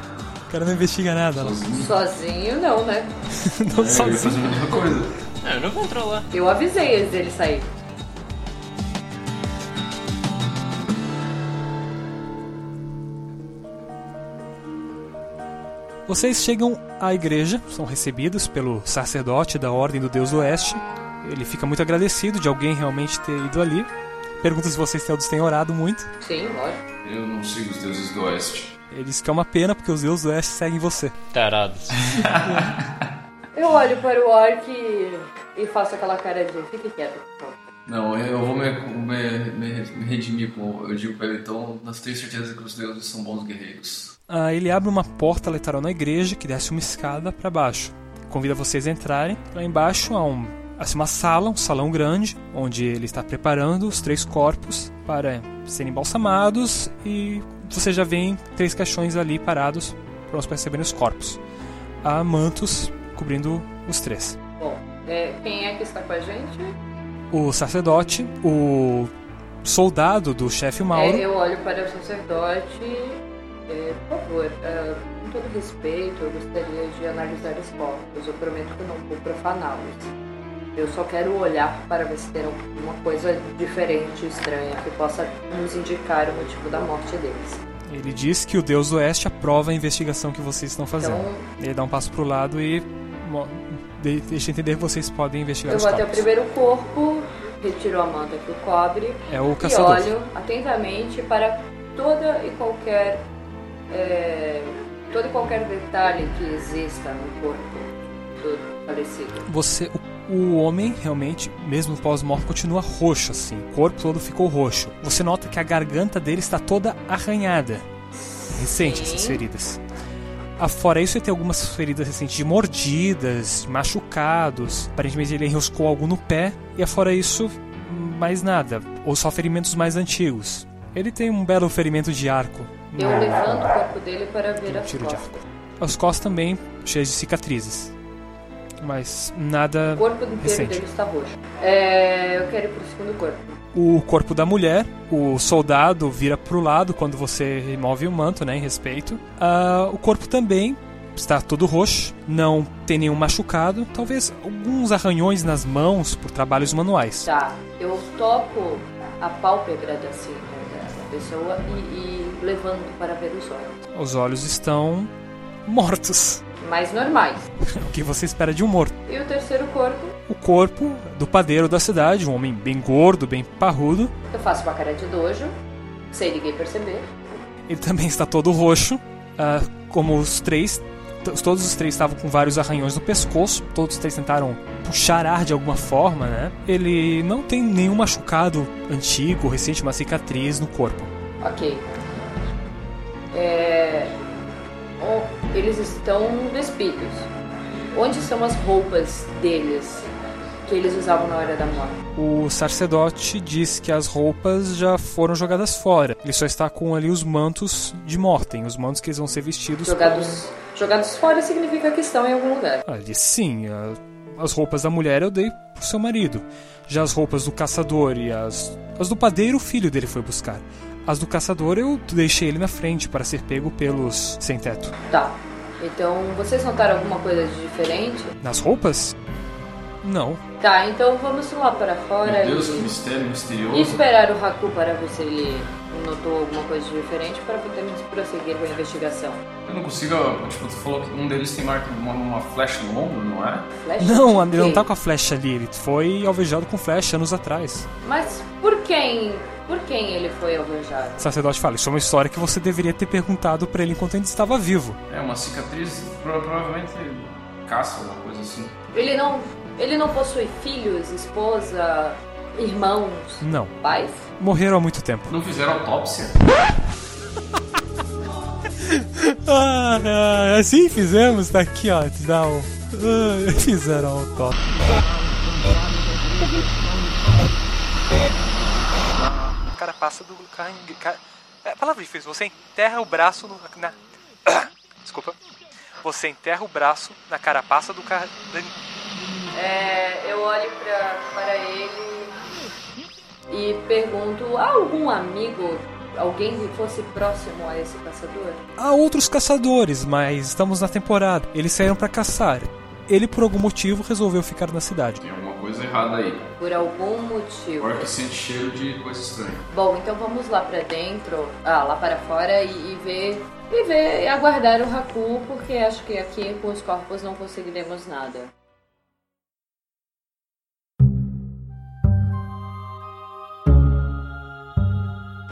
Speaker 2: O cara não investiga nada. lá.
Speaker 3: Sozinho não, né?
Speaker 2: Não
Speaker 5: Eu ia
Speaker 2: sozinho.
Speaker 5: fazer a mesma coisa.
Speaker 4: Não, eu não vou entrar lá.
Speaker 3: Eu avisei eles dele sair.
Speaker 2: Vocês chegam à igreja, são recebidos pelo sacerdote da Ordem do Deus do Oeste. Ele fica muito agradecido de alguém realmente ter ido ali. Pergunta se vocês todos têm orado muito.
Speaker 3: Sim, lógico.
Speaker 5: Eu não sigo os deuses do oeste.
Speaker 2: Ele diz que é uma pena porque os deuses do oeste seguem você.
Speaker 4: Tarados.
Speaker 3: Eu olho para o orc e, e faço aquela cara de fique quieto. por favor."
Speaker 5: Não, eu vou me, me- me- me redimir com. Eu digo pra ele, então, nós temos certeza que os deuses são bons guerreiros.
Speaker 2: Ah, ele abre uma porta lateral na igreja que desce uma escada para baixo. Convida vocês a entrarem. Lá embaixo há um, assim, uma sala, um salão grande, onde ele está preparando os três corpos para serem embalsamados e vocês já veem três caixões ali parados prontos para receberem os corpos. Há mantos cobrindo os três.
Speaker 3: Bom, é, quem é que está com a gente?
Speaker 2: O sacerdote, o soldado do chefe Mauro.
Speaker 3: É, eu olho para o sacerdote. é, por favor, ah, com todo respeito, eu gostaria de analisar os corpos. Eu prometo que eu não vou profaná-los. Eu só quero olhar para ver se tem alguma coisa diferente, estranha, que possa nos indicar o motivo da morte deles.
Speaker 2: Ele diz que o Deus do Oeste aprova a investigação que vocês estão fazendo.
Speaker 3: Então,
Speaker 2: Ele dá um passo pro lado e mo- de- deixa entender que vocês podem investigar
Speaker 3: eu
Speaker 2: os
Speaker 3: vou até o
Speaker 2: corpos.
Speaker 3: primeiro corpo, retiro a manta que o cobre,
Speaker 2: É o
Speaker 3: e
Speaker 2: caçador.
Speaker 3: olho atentamente para toda e qualquer é, todo e qualquer detalhe que exista no corpo do falecido.
Speaker 2: Você, o, o homem realmente, mesmo pós-morte, continua roxo assim. O corpo todo ficou roxo. Você nota que a garganta dele está toda arranhada. Recente essas
Speaker 3: Sim.
Speaker 2: feridas. Afora isso, ele tem algumas feridas recentes de mordidas, de machucados. Aparentemente, ele enroscou algo no pé. E afora isso, mais nada. Ou só ferimentos mais antigos. Ele tem um belo ferimento de arco.
Speaker 3: Eu levanto o corpo dele para ver
Speaker 2: Ah. Tem um
Speaker 3: as
Speaker 2: tiro de
Speaker 3: costas.
Speaker 2: arco. Os costas também cheias de cicatrizes. Mas nada.
Speaker 3: O corpo inteiro
Speaker 2: Recente.
Speaker 3: dele está roxo. É, eu quero ir para o segundo corpo.
Speaker 2: O corpo da mulher, o soldado vira pro lado quando você remove o manto, né? Em respeito. Ah, o corpo também está todo roxo, não tem nenhum machucado. Talvez alguns arranhões nas mãos por trabalhos manuais.
Speaker 3: Tá, eu toco a pálpebra da cinta dessa pessoa e, e levanto para ver os olhos.
Speaker 2: Os olhos estão mortos.
Speaker 3: Mais normais.
Speaker 2: O que você espera de um morto?
Speaker 3: E o terceiro corpo,
Speaker 2: O corpo do padeiro da cidade, um homem bem gordo, bem parrudo.
Speaker 3: eu faço uma cara de dojo, sem ninguém perceber.
Speaker 2: Ele também está todo roxo, ah, como os três. T- Todos os três estavam com vários arranhões no pescoço, todos os três tentaram puxar ar de alguma forma, né? Ele não tem nenhum machucado antigo, recente, uma cicatriz no corpo.
Speaker 3: Ok. É, o- Eles estão despidos. Onde são as roupas deles que eles usavam na hora da morte?
Speaker 2: O sacerdote diz que as roupas já foram jogadas fora. Ele só está com ali os mantos de mortem, os mantos que eles vão ser vestidos.
Speaker 3: Jogados, jogados fora significa que estão em algum lugar.
Speaker 2: Ah, ele disse, sim, a- as roupas da mulher eu dei pro seu marido. Já as roupas do caçador e as. As do padeiro, o filho dele foi buscar. As do caçador eu deixei ele na frente para ser pego pelos sem teto.
Speaker 3: Tá. Então, vocês notaram alguma coisa de diferente?
Speaker 2: Nas roupas? Não.
Speaker 3: Tá, então vamos lá para fora
Speaker 5: Meu Deus, que
Speaker 3: e,
Speaker 5: mistério
Speaker 3: e
Speaker 5: misterioso.
Speaker 3: esperar o Haku para ver se ele notou alguma coisa de diferente para podermos prosseguir com a investigação.
Speaker 5: Eu não consigo. Tipo, tu falou que um deles tem marca, uma, uma flecha no ombro, não é?
Speaker 3: Flecha?
Speaker 2: Não, ele não
Speaker 3: Sim.
Speaker 2: tá com a flecha ali. Ele foi alvejado com flecha anos atrás.
Speaker 3: Mas por quem? Por quem ele foi alvejado?
Speaker 2: O sacerdote fala: Isso é uma história que você deveria ter perguntado pra ele enquanto ele estava vivo.
Speaker 5: É uma cicatriz, pro- provavelmente caça, alguma coisa assim.
Speaker 3: Ele não, ele não possui filhos, esposa, irmãos,
Speaker 2: Não.
Speaker 3: pais?
Speaker 2: Morreram há muito tempo.
Speaker 5: Não fizeram autópsia?
Speaker 2: Ah, ah, assim fizemos, tá aqui ó, te dá o. Ah, fizeram o top. O cara passa do. Cara, cara, é a palavra difícil, você enterra o braço no. Na, desculpa. Você enterra o braço na carapaça do cara.
Speaker 3: É, eu olho pra, para ele e pergunto: há algum amigo, alguém que fosse próximo a esse caçador?
Speaker 2: Há outros caçadores, mas estamos na temporada. Eles saíram para caçar. Ele, por algum motivo, resolveu ficar na cidade.
Speaker 5: Tem alguma coisa errada aí.
Speaker 3: Por algum
Speaker 5: Agora
Speaker 3: motivo.
Speaker 5: que sente cheiro de coisa estranha.
Speaker 3: Bom, então vamos lá pra dentro, ah, lá para fora e, e ver. E ver, e aguardar o Haku, porque acho que aqui com os corpos não conseguiremos nada.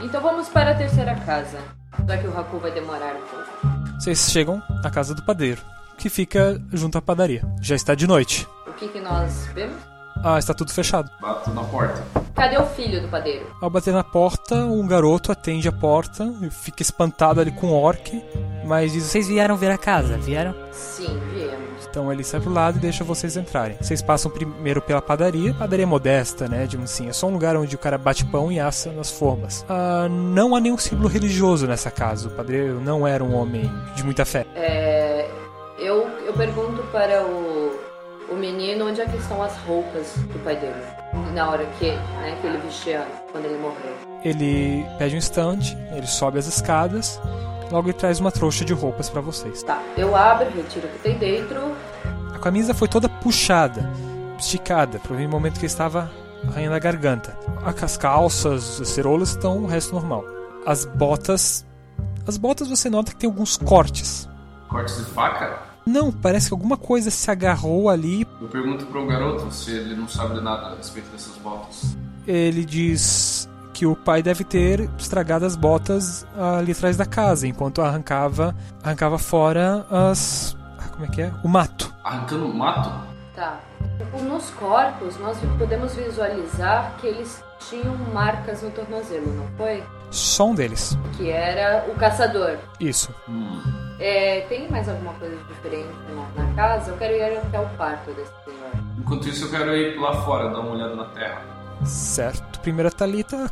Speaker 3: Então vamos para a terceira casa. Já que o Raku vai demorar um pouco.
Speaker 2: Vocês chegam à casa do padeiro, que fica junto à padaria. Já está de noite.
Speaker 3: O que, que nós vemos?
Speaker 2: Ah, está tudo fechado.
Speaker 5: Bato na porta.
Speaker 3: Cadê o filho do padeiro?
Speaker 2: Ao bater na porta, um garoto atende a porta e fica espantado ali com o orc, mas diz assim,
Speaker 6: Vocês vieram ver a casa, vieram?
Speaker 3: Sim, viemos.
Speaker 2: então ele sai pro lado e deixa vocês entrarem. Vocês passam primeiro pela padaria, padaria modesta, né? Digamos assim, é só um lugar onde o cara bate pão e assa nas formas. Ah, não há nenhum símbolo religioso nessa casa. O padeiro não era um homem de muita fé.
Speaker 3: É, eu, eu pergunto para o, o menino onde é que estão as roupas do pai dele. Na hora que, né, que ele vestia quando ele morreu.
Speaker 2: Ele pede um instante, ele sobe as escadas, logo ele traz uma trouxa de roupas para vocês.
Speaker 3: Tá, eu abro, retiro o que tem dentro.
Speaker 2: A camisa foi toda puxada, esticada, provavelmente no momento que estava arranhando a garganta. A- As calças, as ceroulas estão o resto normal. As botas. As botas você nota que tem alguns cortes.
Speaker 5: Cortes de faca?
Speaker 2: Não, parece que alguma coisa se agarrou ali.
Speaker 5: Eu pergunto pro garoto se ele não sabe de nada a respeito dessas botas.
Speaker 2: Ele diz que o pai deve ter estragado as botas ah, ali atrás da casa, enquanto arrancava, arrancava fora as. ah, Como é que é? O mato.
Speaker 5: Arrancando um mato?
Speaker 3: Tá. Nos corpos, nós podemos visualizar que eles tinham marcas no tornozelo, não foi?
Speaker 2: Só um deles.
Speaker 3: Que era o caçador.
Speaker 2: Isso.
Speaker 3: É, tem mais alguma coisa diferente na, na casa? Eu quero ir até o quarto desse senhor.
Speaker 5: Enquanto isso, eu quero ir lá fora, dar uma olhada na terra.
Speaker 2: Certo. Primeira Thalita,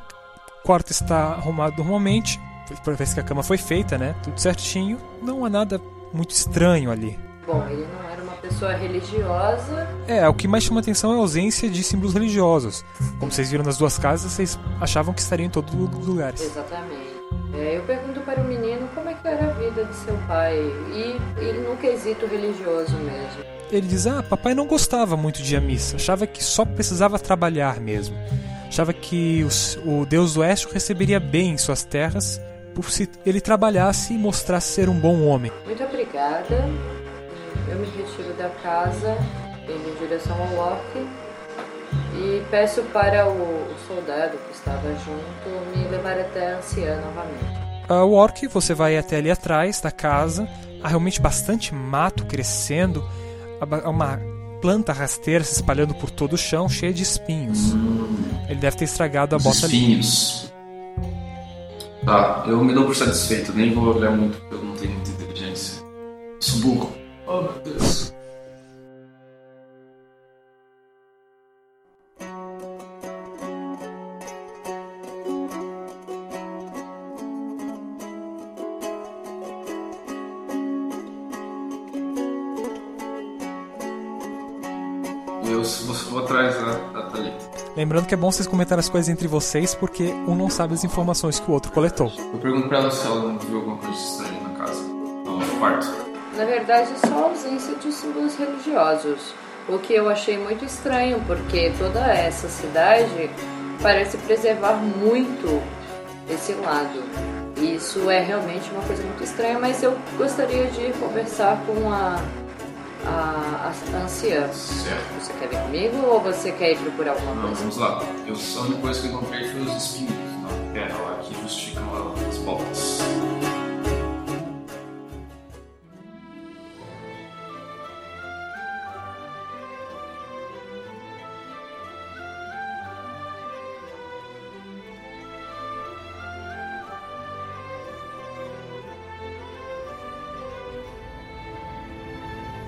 Speaker 2: o quarto está arrumado normalmente. Foi para ver se a cama foi feita, né? Tudo certinho. Não há nada muito estranho ali.
Speaker 3: Bom, ele não era uma pessoa religiosa.
Speaker 2: É, o que mais chama atenção é a ausência de símbolos religiosos. Como vocês viram nas duas casas, vocês achavam que estariam em todos os lugares.
Speaker 3: Exatamente. É, eu pergunto para o menino como é que era a vida de seu pai. E, e no quesito religioso mesmo.
Speaker 2: Ele diz: Ah, papai não gostava muito de ir à missa, achava que só precisava trabalhar mesmo. Achava que os- o deus do oeste o receberia bem em suas terras por se ele trabalhasse e mostrasse ser um bom homem.
Speaker 3: Muito obrigada. Eu me retiro da casa, indo em direção ao Loki. E peço para o, o soldado que estava junto me levar até a anciã novamente.
Speaker 2: Ah, o orc, você vai até ali atrás da casa. Há realmente bastante mato crescendo. Há ba- há uma planta rasteira se espalhando por todo o chão, cheia de espinhos. Ele deve ter estragado a
Speaker 5: Os
Speaker 2: bota ali.
Speaker 5: espinhos. Tá, eu me dou por satisfeito, nem vou olhar muito, porque eu não tenho muita inteligência. Subuco. Oh, meu Deus. Eu vou, vou atrás da, da Thalita.
Speaker 2: Lembrando que é bom vocês comentarem as coisas entre vocês, porque um não sabe as informações que o outro coletou.
Speaker 5: Eu pergunto pra ela se ela não viu alguma coisa estranha na casa, no quarto.
Speaker 3: Na verdade, só a ausência de símbolos religiosos. O que eu achei muito estranho, porque toda essa cidade parece preservar muito esse lado. E Isso é realmente uma coisa muito estranha, mas eu gostaria de conversar com a, a, a anciã.
Speaker 5: Certo.
Speaker 3: Você quer vir comigo ou você quer ir procurar alguma
Speaker 5: Não,
Speaker 3: coisa?
Speaker 5: vamos lá. Eu, a única coisa que eu encontrei foi os espinhos na terra lá que justificam a- as botas.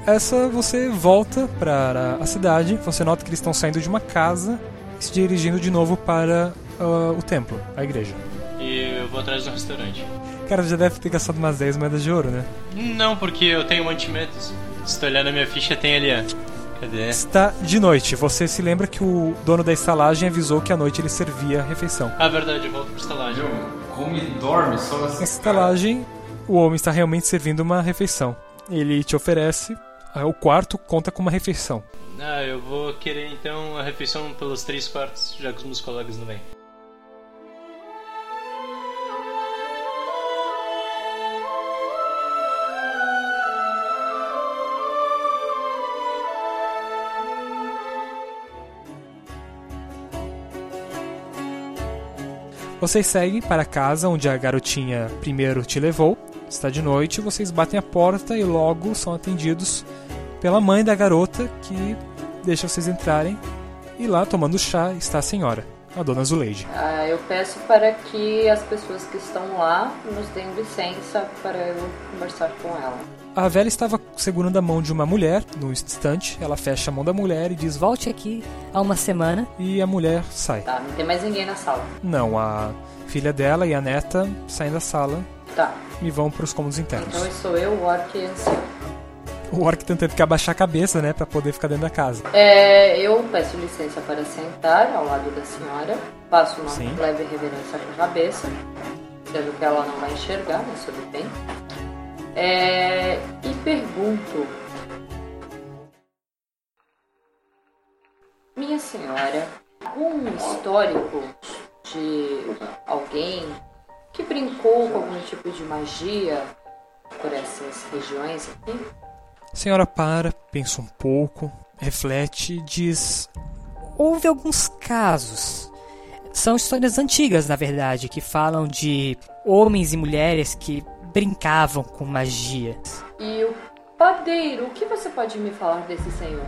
Speaker 2: Essa você volta para a cidade. Você nota que eles estão saindo de uma casa e se dirigindo de novo para ah, o templo, a igreja.
Speaker 4: E eu vou atrás do restaurante.
Speaker 2: Cara, já deve ter gastado umas 10 moedas de ouro, né?
Speaker 4: Não, porque eu tenho mantimentos. Se tu olhar na minha ficha, tem ali, ó. Cadê?
Speaker 2: Está de noite. Você se lembra que o dono da estalagem avisou que à noite ele servia a refeição.
Speaker 4: Ah, verdade, eu volto pro estalagem.
Speaker 5: Meu, como ele dorme só assim. nessa
Speaker 2: Na estalagem, o homem está realmente servindo uma refeição. Ele te oferece. ah, O quarto conta com uma refeição.
Speaker 4: Ah, eu vou querer então a refeição pelos três quartos, já que os meus colegas não vêm.
Speaker 2: Vocês seguem para a casa onde a garotinha primeiro te levou. Está de noite, vocês batem a porta e logo são atendidos pela mãe da garota que deixa vocês entrarem. E lá tomando chá está a senhora, a dona Zuleide.
Speaker 3: Ah, eu peço para que as pessoas que estão lá nos deem licença para eu conversar com ela.
Speaker 2: A velha estava segurando a mão de uma mulher no instante. Ela fecha a mão da mulher e diz volte
Speaker 6: Volte aqui há uma semana.
Speaker 2: e a mulher sai.
Speaker 3: Tá, não tem mais ninguém na sala.
Speaker 2: Não, a filha dela e a neta saem da sala
Speaker 3: Tá,
Speaker 2: e vão para os cômodos internos.
Speaker 3: então sou eu, o Orc e Ansel.
Speaker 2: O orc tentando que abaixar a cabeça, né, para poder ficar dentro da casa.
Speaker 3: É, eu peço licença para sentar ao lado da senhora, faço uma
Speaker 2: Sim.
Speaker 3: leve reverência com a cabeça, sendo que ela não vai enxergar, mas tudo bem. É, e pergunto: Minha senhora, algum histórico de alguém que brincou com algum tipo de magia por essas regiões aqui?
Speaker 2: A senhora para, pensa um pouco, reflete e diz:
Speaker 6: Houve alguns casos. São histórias antigas, na verdade, que falam de homens e mulheres que brincavam com magia.
Speaker 3: E o padeiro, o que você pode me falar desse senhor?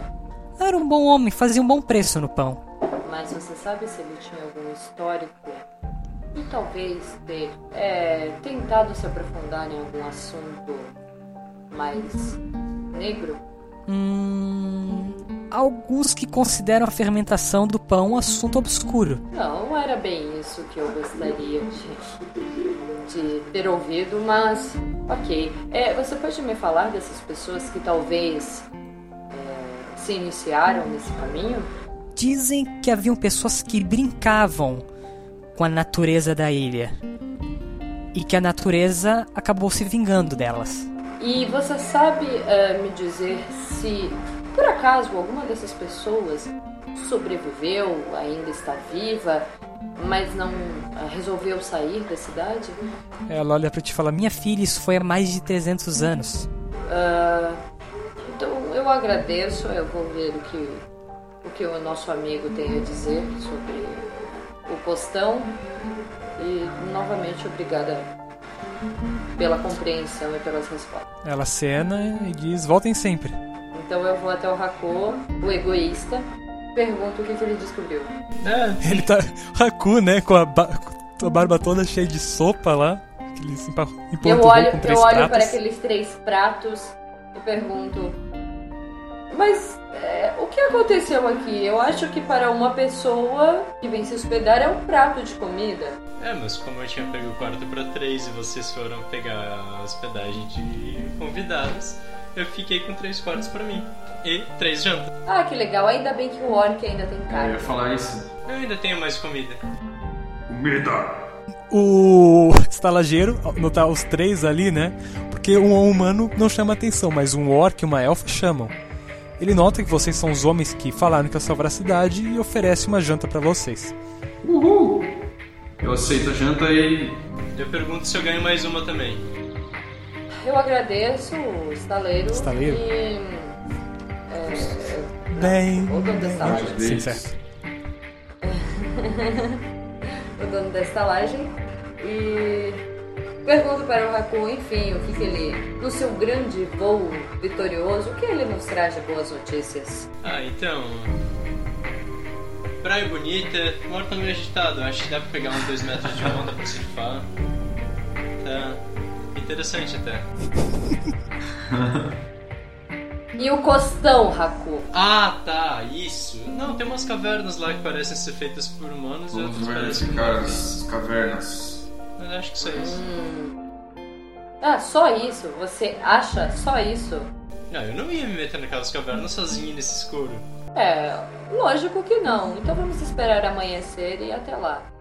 Speaker 6: Era um bom homem, fazia um bom preço no pão.
Speaker 3: Mas você sabe se ele tinha algum histórico? E talvez ter é, tentado se aprofundar em algum assunto mais negro?
Speaker 6: Hum. Alguns que consideram a fermentação do pão um assunto obscuro.
Speaker 3: Não, não era bem isso que eu gostaria de, de ter ouvido, mas ok. É, você pode me falar dessas pessoas que talvez é, se iniciaram nesse caminho?
Speaker 6: Dizem que haviam pessoas que brincavam com a natureza da ilha. E que a natureza acabou se vingando delas.
Speaker 3: E você sabe eh, me dizer se, por acaso, alguma dessas pessoas sobreviveu, ainda está viva, mas não eh, resolveu sair da cidade?
Speaker 2: Ela olha para te e fala:
Speaker 6: Minha filha, isso foi há mais de 300 anos.
Speaker 3: Então eu agradeço, eu vou ver o que o, que o nosso amigo tem a dizer sobre o postão. E novamente obrigada pela compreensão e pelas respostas.
Speaker 2: Ela cena e diz: Voltem sempre.
Speaker 3: Então eu vou até o Hakô, o egoísta, pergunto o que que ele descobriu.
Speaker 4: É,
Speaker 2: Ele tá Haku, né, com a, ba- com a barba toda cheia de sopa lá. Que ele se empa-
Speaker 3: Eu
Speaker 2: empanturrou
Speaker 3: olho,
Speaker 2: com três
Speaker 3: eu olho
Speaker 2: pratos.
Speaker 3: para aqueles três pratos e pergunto: Mas é, o que aconteceu aqui? Eu acho que para uma pessoa que vem se hospedar é um prato de comida.
Speaker 4: é, mas como eu tinha pego o quarto pra três e vocês foram pegar a hospedagem de convidados, eu fiquei com três quartos pra mim. E três jantas.
Speaker 3: Ah, que legal, ainda bem que o orc ainda tem
Speaker 5: Eu ia
Speaker 3: carne.
Speaker 5: falar isso.
Speaker 4: Eu ainda tenho mais comida.
Speaker 5: Comida!
Speaker 2: O estalageiro, ao notar os três ali, né? Porque um humano não chama atenção, mas um orc e uma elfa chamam. Ele nota que vocês são os homens que falaram que ia salvar a cidade e oferece uma janta pra vocês.
Speaker 5: Uhul! Eu aceito a janta e.
Speaker 4: Eu pergunto se eu ganho mais uma também.
Speaker 3: Eu agradeço o estaleiro.
Speaker 2: É. Estaleiro?
Speaker 3: E,
Speaker 2: Bem,
Speaker 3: o dono da
Speaker 5: Quantos
Speaker 3: estalagem.
Speaker 5: deles?
Speaker 2: certo.
Speaker 3: O dono da estalagem. E pergunto para o Haku, enfim, o que, que ele. No seu grande voo vitorioso, o que ele nos traz de boas notícias?
Speaker 4: Ah, então. Praia bonita, moro tá meio agitado, acho que dá pra pegar uns dois metros de onda pra surfar. Tá. Interessante até.
Speaker 3: E o costão, Haku?
Speaker 4: Ah, tá, isso. Não, tem umas cavernas lá que parecem ser feitas por humanos e
Speaker 5: Vamos
Speaker 4: outras
Speaker 5: ver
Speaker 4: parecem
Speaker 5: esse
Speaker 4: por
Speaker 5: cara
Speaker 4: humanos.
Speaker 5: nas cavernas.
Speaker 4: Mas acho que isso é isso.
Speaker 3: Ah, só isso? Você acha só isso?
Speaker 4: Não, Ah, eu não ia me meter naquelas cavernas sozinho nesse escuro.
Speaker 3: É, lógico que não. Então vamos esperar amanhecer e até lá.